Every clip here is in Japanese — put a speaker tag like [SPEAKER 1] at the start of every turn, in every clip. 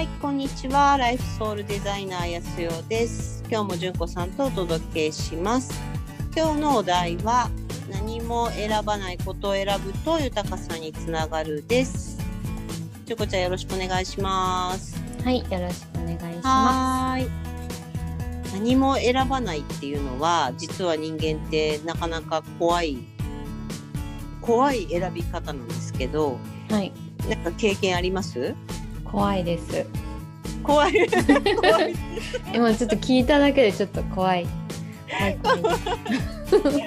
[SPEAKER 1] い、こんにちは。ライフソウルデザイナーやすよです。今日も純子さんとお届けします。今日のお題は、何も選ばないことを選ぶと豊かさにつながるです。純子ちゃんよろしくお願いします。
[SPEAKER 2] はい、よろしくお願いし
[SPEAKER 1] は
[SPEAKER 2] ま
[SPEAKER 1] ーい。何も選ばないっていうのは、実は人間ってなかなか怖い。怖い選び方なんですけど、
[SPEAKER 2] す。はい、
[SPEAKER 1] なんか経験あります。
[SPEAKER 2] 怖いです。
[SPEAKER 1] 怖い。怖い。
[SPEAKER 2] 今ちょっと聞いただけでちょっと怖い。怖い怖い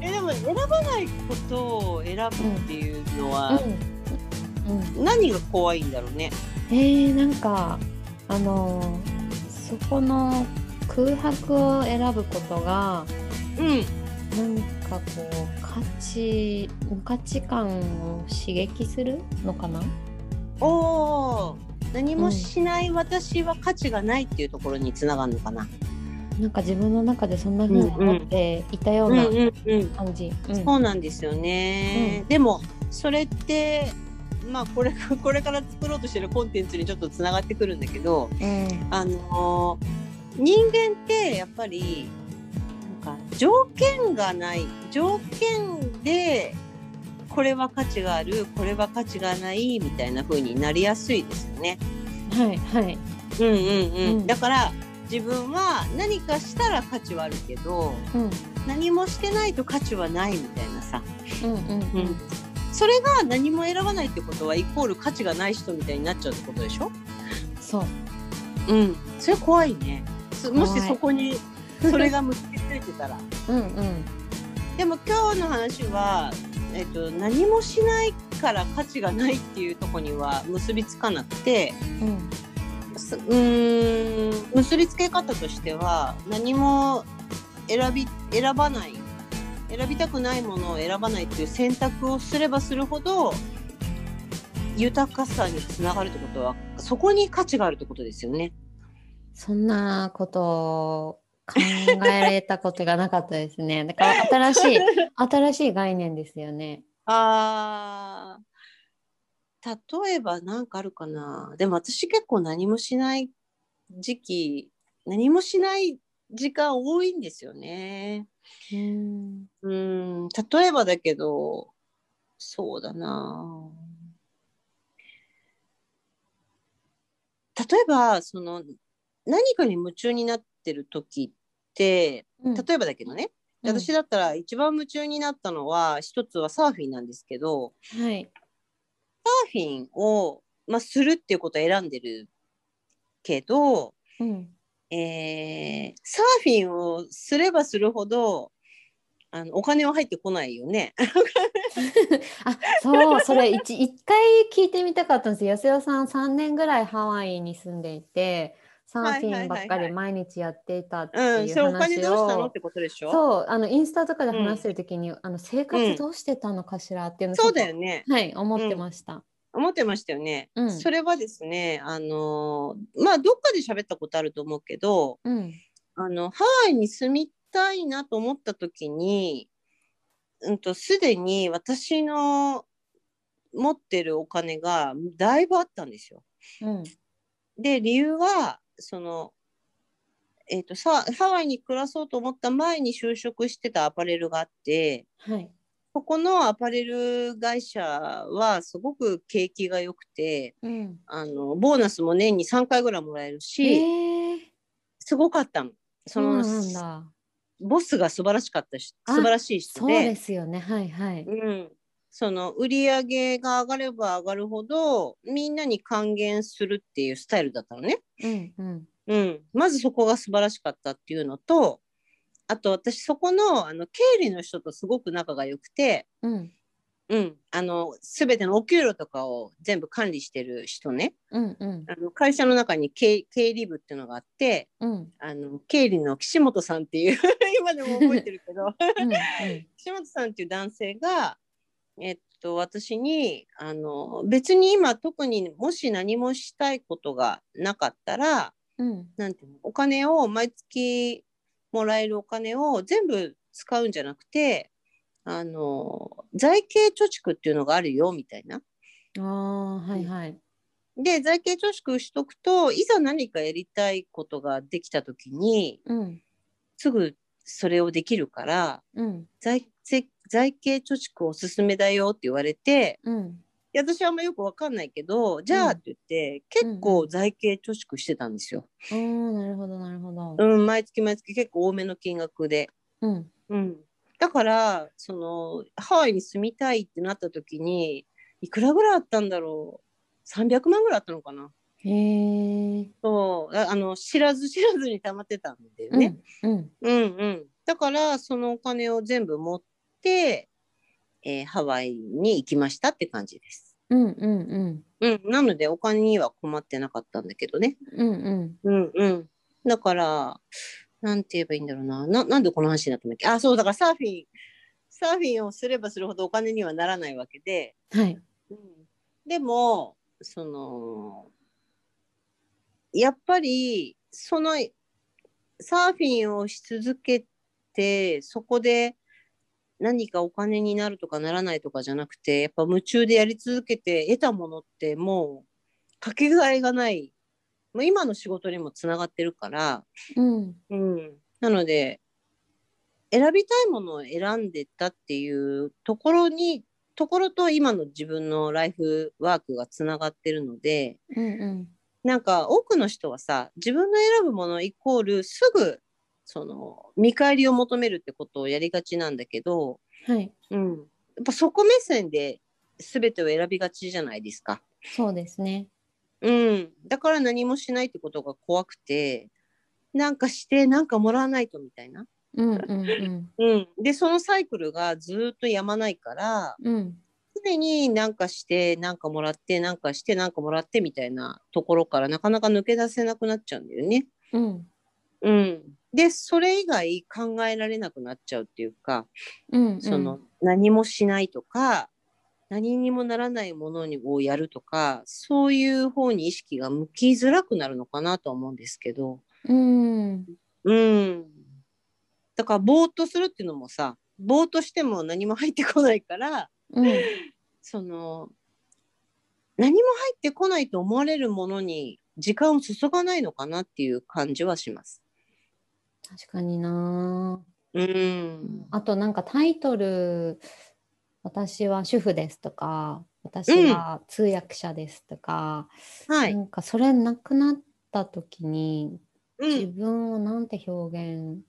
[SPEAKER 1] えでも選ばないことを選ぶっていうのは、
[SPEAKER 2] うん、うん、
[SPEAKER 1] 何が怖いんだろうね。
[SPEAKER 2] えー、なんかあのーそこの空白を選ぶことが
[SPEAKER 1] うん。
[SPEAKER 2] なんかこう価値無価値観を刺激するのかな？
[SPEAKER 1] おお。何もしない私は価値がないっていうところにつながるのかな。
[SPEAKER 2] なんか自分の中でそんな風に思っていたような
[SPEAKER 1] うんうん。
[SPEAKER 2] 感じ。うん
[SPEAKER 1] そうなんですよね。でもそれってまあこれこれから作ろうとしてるコンテンツにちょっとつながってくるんだけど、
[SPEAKER 2] うん、
[SPEAKER 1] あのー人間ってやっぱりなんか条件がない条件でこれは価値があるこれは価値がないみたいな風になりやすいですよね。
[SPEAKER 2] はいはい。
[SPEAKER 1] うんうんうん
[SPEAKER 2] うん
[SPEAKER 1] だから自分は何かしたら価値はあるけど
[SPEAKER 2] うんうん
[SPEAKER 1] 何もしてないと価値はないみたいなさ、
[SPEAKER 2] うんうん。
[SPEAKER 1] それが何も選ばないってことはイコール価値がない人みたいになっちゃうってことでしょ
[SPEAKER 2] そう。
[SPEAKER 1] うんそれ怖いねそもし
[SPEAKER 2] 怖い
[SPEAKER 1] そこ にそれが結びついてたら
[SPEAKER 2] うんうん。
[SPEAKER 1] でも今日の話は、えっと、何もしないから価値がないっていうところには結びつかなくて
[SPEAKER 2] うん。
[SPEAKER 1] すうーん結びつけ方としては何も選び選ばない選びたくないものを選ばないっていう選択をすればするほど豊かさにつながるってことはそこに価値があるってことですよね。
[SPEAKER 2] そんなことを考えられたことがなかったですね。だから新し い、新しい概念ですよね。
[SPEAKER 1] あー例えば何かあるかなでも私結構何もしない時期何もしない時間多いんですよね。
[SPEAKER 2] うん。
[SPEAKER 1] うん例えばだけどそうだな例えばその何かに夢中になってる時って例えばだけどね、私だったら一番夢中になったのは一つはサーフィンなんですけど、
[SPEAKER 2] はい。
[SPEAKER 1] サーフィンを、まあ、するっていうことを選んでるけど、
[SPEAKER 2] うん。
[SPEAKER 1] えーサーフィンをすればするほどあのお金は入ってこないよ ね。
[SPEAKER 2] あ、 そう、それ一一回聞いてみたかったんです。安代さん三年ぐらいハワイに住んでいて、サーフィンばっかり毎日やっていたって
[SPEAKER 1] うん、
[SPEAKER 2] いう
[SPEAKER 1] それお金
[SPEAKER 2] 話
[SPEAKER 1] どうしたの
[SPEAKER 2] を
[SPEAKER 1] っ。てことでしょ
[SPEAKER 2] そう、あのインスタとかで
[SPEAKER 1] うん
[SPEAKER 2] 話してる時に、あの生
[SPEAKER 1] うん
[SPEAKER 2] 活どうしてたのかしらっていうのを
[SPEAKER 1] そう
[SPEAKER 2] ちょっ
[SPEAKER 1] だ
[SPEAKER 2] と
[SPEAKER 1] よね。
[SPEAKER 2] はい、思ってました。
[SPEAKER 1] 思ってましたよね。
[SPEAKER 2] うん
[SPEAKER 1] それはですね、あのまあどっかで喋ったことあると思うけど、
[SPEAKER 2] うん。
[SPEAKER 1] あのハワイに住みたいなと思った時に、うん、とすでに私の持ってるお金がだいぶあったんですよ。
[SPEAKER 2] うん。
[SPEAKER 1] で理由はその、えー、とさハワイに暮らそうと思った前に就職してたアパレルがあって
[SPEAKER 2] はい。
[SPEAKER 1] ここのアパレル会社はすごく景気が良くて
[SPEAKER 2] うん。
[SPEAKER 1] あのボーナスも年に3回ぐらいもらえるし、
[SPEAKER 2] えー
[SPEAKER 1] すごかったの。そ
[SPEAKER 2] そう
[SPEAKER 1] の
[SPEAKER 2] なんだ。
[SPEAKER 1] ボスが素晴らしかったし
[SPEAKER 2] あ
[SPEAKER 1] 素晴らしい人
[SPEAKER 2] そう
[SPEAKER 1] で
[SPEAKER 2] ですよね。はいはい。
[SPEAKER 1] うん、その売り上げが上がれば上がるほどみんなに還元するっていうスタイルだったのね、
[SPEAKER 2] うんうん。
[SPEAKER 1] うん、まずそこが素晴らしかったっていうのとあと私そこのあの経理の人とすごく仲が良くて、
[SPEAKER 2] うん
[SPEAKER 1] うん、あの全てのお給料とかを全部管理してる人ね
[SPEAKER 2] うんうん
[SPEAKER 1] あの会社の中に経経理部っていうのがあって
[SPEAKER 2] うん
[SPEAKER 1] あの経理の岸本さんっていう 今でも覚えてるけど
[SPEAKER 2] うん
[SPEAKER 1] 岸本さんっていう男性が、えっと、私にあの別に今特にもし何もしたいことがなかったら
[SPEAKER 2] うん
[SPEAKER 1] なんていうのお金を毎月もらえるお金を全部使うんじゃなくてあの財形貯蓄っていうのがあるよみたいな
[SPEAKER 2] うん。ああはいはい。
[SPEAKER 1] で財形貯蓄しとくといざ何かやりたいことができた時に
[SPEAKER 2] うん
[SPEAKER 1] すぐそれをできるから
[SPEAKER 2] うん
[SPEAKER 1] 財財財形貯蓄おすすめだよって言われて
[SPEAKER 2] うん
[SPEAKER 1] いや私はあんまよくわかんないけどじゃあ
[SPEAKER 2] うん
[SPEAKER 1] って言って、
[SPEAKER 2] うん
[SPEAKER 1] 結構財形貯蓄してたんですよ。
[SPEAKER 2] あーなるほどなるほど
[SPEAKER 1] うん、毎月毎月結構多めの金額で。
[SPEAKER 2] うん
[SPEAKER 1] うん、だからそのハワイに住みたいってなった時にいくらぐらいあったんだろう300万ぐらいあったのかな
[SPEAKER 2] へえ
[SPEAKER 1] そうああの知らず知らずに貯まってたんだよね、
[SPEAKER 2] うん
[SPEAKER 1] うんうんだからそのお金を全部持って、えーハワイに行きましたって感じです、
[SPEAKER 2] うんうんうん
[SPEAKER 1] うん、なのでお金には困ってなかったんだけどね
[SPEAKER 2] うんうん
[SPEAKER 1] うんうんだからなんて言えばいいんだろうなななんでこの話になったんだっけあそうだからサーフィンサーフィンをすればするほどお金にはならないわけで、
[SPEAKER 2] はい
[SPEAKER 1] でもそのやっぱりそのサーフィンをし続けてそこで何かお金になるとかならないとかじゃなくてやっぱ夢中でやり続けて得たものってもうかけがえがないもう今の仕事にもつながってるから、
[SPEAKER 2] うん
[SPEAKER 1] うん、なので選びたいものを選んでったっていうところにところと今の自分のライフワークがつながってるので
[SPEAKER 2] うんうん
[SPEAKER 1] なんか多くの人はさ自分の選ぶものイコールすぐその見返りを求めるってことをやりがちなんだけど、
[SPEAKER 2] はい
[SPEAKER 1] うん、やっぱそこ目線で全てを選びがちじゃないですか。
[SPEAKER 2] そうですね
[SPEAKER 1] うん、だから何もしないってことが怖くてなんかしてなんかもらわないとみたいな。
[SPEAKER 2] うんうん
[SPEAKER 1] うん、でそのサイクルがずっとやまないから
[SPEAKER 2] うんうん
[SPEAKER 1] 常になんかしてなんかもらってなんかしてなんかもらってみたいなところからなかなか抜け出せなくなっちゃうんだよね。
[SPEAKER 2] うん
[SPEAKER 1] うん、でそれ以外考えられなくなっちゃうっていうか
[SPEAKER 2] うん
[SPEAKER 1] その、何もしないとか何にもならないものをやるとかそういう方に意識が向きづらくなるのかなとは思うんですけど。
[SPEAKER 2] うん
[SPEAKER 1] うん。だからぼーっとするっていうのもさぼーっとしても何も入ってこないから
[SPEAKER 2] うん
[SPEAKER 1] その何も入ってこないと思われるものに時間を注がないのかなっていう感じはします。
[SPEAKER 2] 確かにな
[SPEAKER 1] うん。
[SPEAKER 2] あとなんかタイトル「私は主婦です」とか「私は通訳者です」とか、
[SPEAKER 1] はい。
[SPEAKER 2] なんかそれなくなった時に
[SPEAKER 1] う
[SPEAKER 2] 自
[SPEAKER 1] ん。
[SPEAKER 2] 分をなんて表現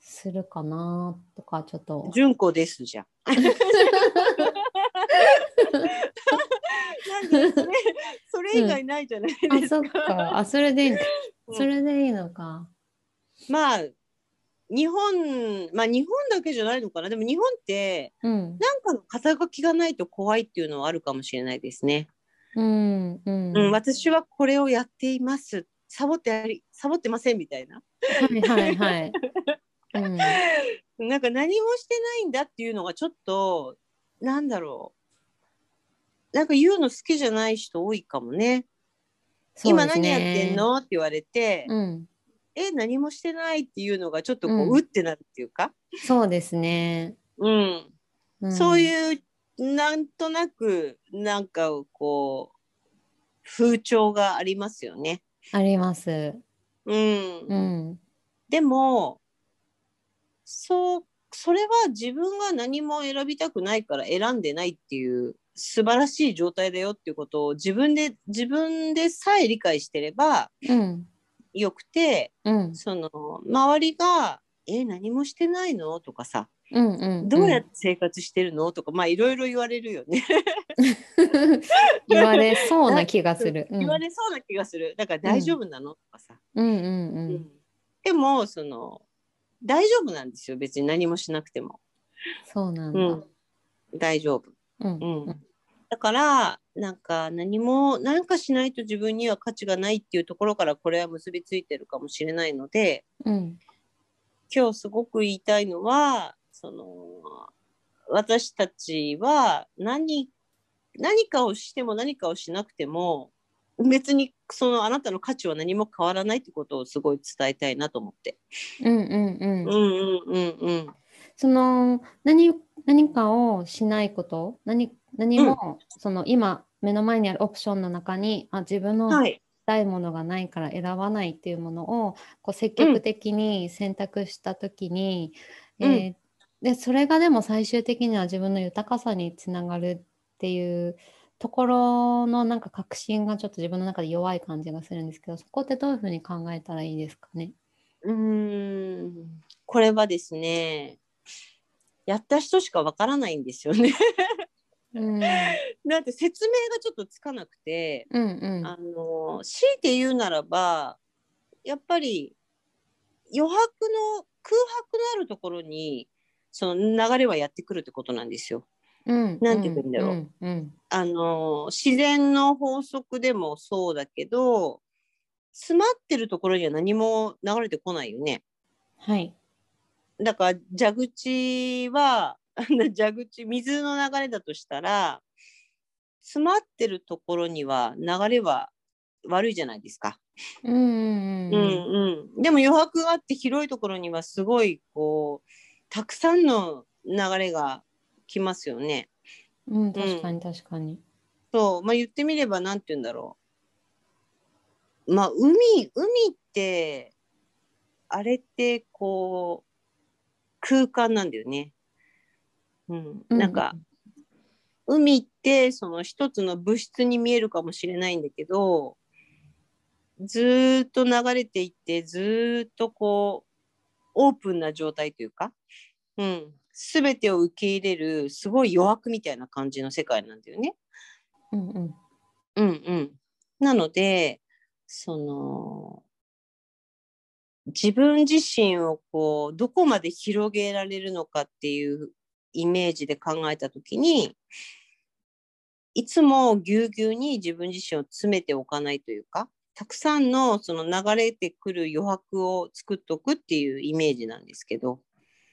[SPEAKER 2] するかなとかちょっと
[SPEAKER 1] 純子です じゃん。なんでそれそれ以外ないじゃない
[SPEAKER 2] あ
[SPEAKER 1] ですか。
[SPEAKER 2] そっかあそれでいいのか
[SPEAKER 1] うん
[SPEAKER 2] それでいいのか
[SPEAKER 1] まあ日本まあ日本だけじゃないのかなでも日本って
[SPEAKER 2] うん
[SPEAKER 1] なんかの肩書きがないと怖いっていうのはあるかもしれないですね。
[SPEAKER 2] うんうん
[SPEAKER 1] うん、
[SPEAKER 2] はい
[SPEAKER 1] 私はこれをやっています。サボってあり、サボってませんみたいな。
[SPEAKER 2] はいはい うん
[SPEAKER 1] なんか何もしてないんだっていうのがちょっと、なんだろう。なんか言うの好きじゃない人多いかもね。
[SPEAKER 2] そう
[SPEAKER 1] 今
[SPEAKER 2] です
[SPEAKER 1] 何やって
[SPEAKER 2] ね
[SPEAKER 1] んのって言われて、
[SPEAKER 2] うん
[SPEAKER 1] え、何もしてないっていうのがちょっとこう、
[SPEAKER 2] うん
[SPEAKER 1] うってなるっていうか。
[SPEAKER 2] そうですね、
[SPEAKER 1] うん。
[SPEAKER 2] うん、
[SPEAKER 1] そういう、なんとなく、なんかこう、風潮がありますよね。
[SPEAKER 2] あります
[SPEAKER 1] うん
[SPEAKER 2] うん
[SPEAKER 1] でもそうそれは自分が何も選びたくないから選んでないっていう素晴らしい状態だよっていうことを自分で自分でさえ理解してれば
[SPEAKER 2] うん
[SPEAKER 1] よくて
[SPEAKER 2] うん
[SPEAKER 1] その周りが「え何もしてないの?」とかさ
[SPEAKER 2] うん
[SPEAKER 1] 「
[SPEAKER 2] うん
[SPEAKER 1] どうやって生活してるの?」とかまあいろいろ言われるよね
[SPEAKER 2] うん、 言われそうな気がする。うん
[SPEAKER 1] 言われそう な気がするだから「大丈夫なの?」とかさ、
[SPEAKER 2] うんうんう。
[SPEAKER 1] うんんでもその大丈夫なんですよ別に何もしなくても、
[SPEAKER 2] そうなんだ。
[SPEAKER 1] う
[SPEAKER 2] うん
[SPEAKER 1] ん、大丈夫。
[SPEAKER 2] うん
[SPEAKER 1] うんだからなんか何も何かしないと自分には価値がないっていうところからこれは結びついてるかもしれないので
[SPEAKER 2] うん
[SPEAKER 1] 今日すごく言いたいのはその私たちは何何かをしても何かをしなくても別にそのあなたの価値は何も変わらないってことをすごい伝えたいなと思って。
[SPEAKER 2] うんうん
[SPEAKER 1] う
[SPEAKER 2] うん。
[SPEAKER 1] んうんうんうん
[SPEAKER 2] その何何かをしないこと、何何も、その今目の前にあるオプションの中にあ自分の
[SPEAKER 1] はい。
[SPEAKER 2] たいものがないから選ばないっていうものをこう積極的に選択した時に、
[SPEAKER 1] うん
[SPEAKER 2] えーでそれがでも最終的には自分の豊かさにつながるっていうところのなんか確信がちょっと自分の中で弱い感じがするんですけどそこってどういうふうに考えたらいいですかね
[SPEAKER 1] うーん。これはですね、やった人しかわからないんですよね。
[SPEAKER 2] うん
[SPEAKER 1] だって説明がちょっとつかなくて、
[SPEAKER 2] うんうん
[SPEAKER 1] あの強いて言うならばやっぱり余白の空白のあるところにその流れはやってくるってことなんですよ。
[SPEAKER 2] うん
[SPEAKER 1] なんて言うんだろう
[SPEAKER 2] うん
[SPEAKER 1] あの自然の法則でもそうだけど詰まってるところには何も流れてこないよね。
[SPEAKER 2] はい
[SPEAKER 1] だから蛇口は あの蛇口水の流れだとしたら詰まってるところには流れは悪いじゃないですか。
[SPEAKER 2] うんう
[SPEAKER 1] う
[SPEAKER 2] んうんん
[SPEAKER 1] うん、でも余白があって広いところにはすごいこうたくさんの流れが来ますよね。
[SPEAKER 2] うん確かに確かに
[SPEAKER 1] そうまあ、言ってみれば何て言うんだろう。まあ海海ってあれってこう空間なんだよね。うん、なんか、海ってその一つの物質に見えるかもしれないんだけどずーっと流れていってずーっとこうオープンな状態というか、うん、全てを受け入れるすごい余白みたいな感じの世界なんだよね。
[SPEAKER 2] うんうん
[SPEAKER 1] うんうん、なのでその自分自身をこうどこまで広げられるのかっていうイメージで考えた時にいつもぎゅうぎゅうに自分自身を詰めておかないというかたくさんのその流れてくる余白を作っとくっていうイメージなんですけど。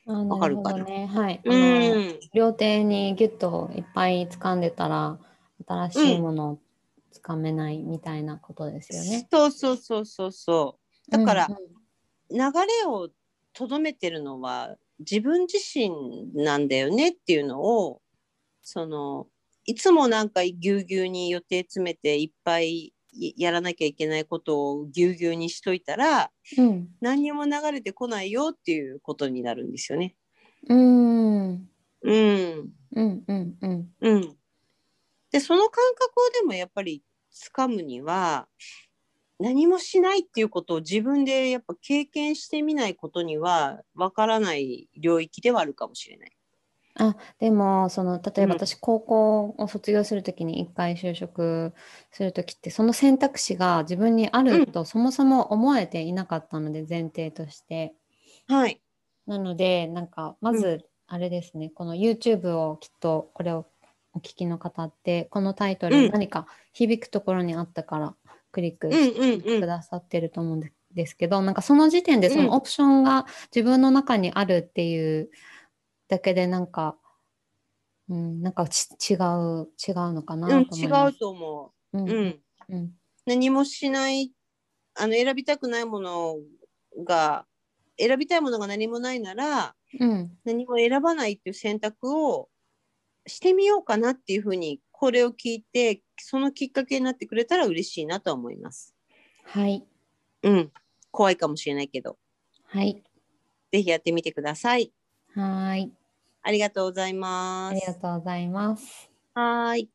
[SPEAKER 2] あ
[SPEAKER 1] わ
[SPEAKER 2] な
[SPEAKER 1] か
[SPEAKER 2] る
[SPEAKER 1] る
[SPEAKER 2] ほ
[SPEAKER 1] か
[SPEAKER 2] ど
[SPEAKER 1] な
[SPEAKER 2] ねはいあ
[SPEAKER 1] う
[SPEAKER 2] の
[SPEAKER 1] ん
[SPEAKER 2] 両手にギュッといっぱい掴んでたら新しいものを掴めないみたいなことですよね。
[SPEAKER 1] そうそうそうそうそうだから
[SPEAKER 2] うん
[SPEAKER 1] 流れをとどめてるのは自分自身なんだよねっていうのをそのいつもなんかぎゅうぎゅうに予定詰めていっぱいやらなきゃいけないことをぎゅうぎゅうにしといたら
[SPEAKER 2] うん
[SPEAKER 1] 何にも流れてこないよっていうことになるんですよね。
[SPEAKER 2] うんうん
[SPEAKER 1] うん、
[SPEAKER 2] うんうんうん
[SPEAKER 1] うん、でその感覚をでもやっぱり掴むには何もしないっていうことを自分でやっぱ経験してみないことにはわからない領域ではあるかもしれない。
[SPEAKER 2] でもその例えば
[SPEAKER 1] うん
[SPEAKER 2] 私高校を卒業するときに一回就職するときってその選択肢が自分にあるとそもそも思えていなかったので前提として。
[SPEAKER 1] はい、
[SPEAKER 2] なので、なんか、まず、あれですね、この YouTube をきっと、これをお聞きの方って、このタイト
[SPEAKER 1] うん
[SPEAKER 2] ル、何か響くところにあったから、クリック
[SPEAKER 1] うん
[SPEAKER 2] して
[SPEAKER 1] うんう
[SPEAKER 2] く
[SPEAKER 1] ん
[SPEAKER 2] ださってると思うんでですけど、なんかその時点でそのオプションが自分の中にあるっていうだけで、なんか、うん、なんかち違う、違うのかな
[SPEAKER 1] うん、
[SPEAKER 2] と思
[SPEAKER 1] 違
[SPEAKER 2] いま
[SPEAKER 1] う
[SPEAKER 2] す。
[SPEAKER 1] と思
[SPEAKER 2] うん
[SPEAKER 1] う、うん、
[SPEAKER 2] うん
[SPEAKER 1] 何もしないあの選びたくないものが選びたいものが何もないなら
[SPEAKER 2] うん
[SPEAKER 1] 何も選ばないっていう選択をしてみようかなっていうふうにこれを聞いてそのきっかけになってくれたら嬉しいなとは思います。
[SPEAKER 2] はい、
[SPEAKER 1] うん、怖いかもしれないけど
[SPEAKER 2] はい、
[SPEAKER 1] ぜひやってみてください。
[SPEAKER 2] はーい、
[SPEAKER 1] ありがとうございま
[SPEAKER 2] ありが
[SPEAKER 1] す。
[SPEAKER 2] とうございます。
[SPEAKER 1] はーい。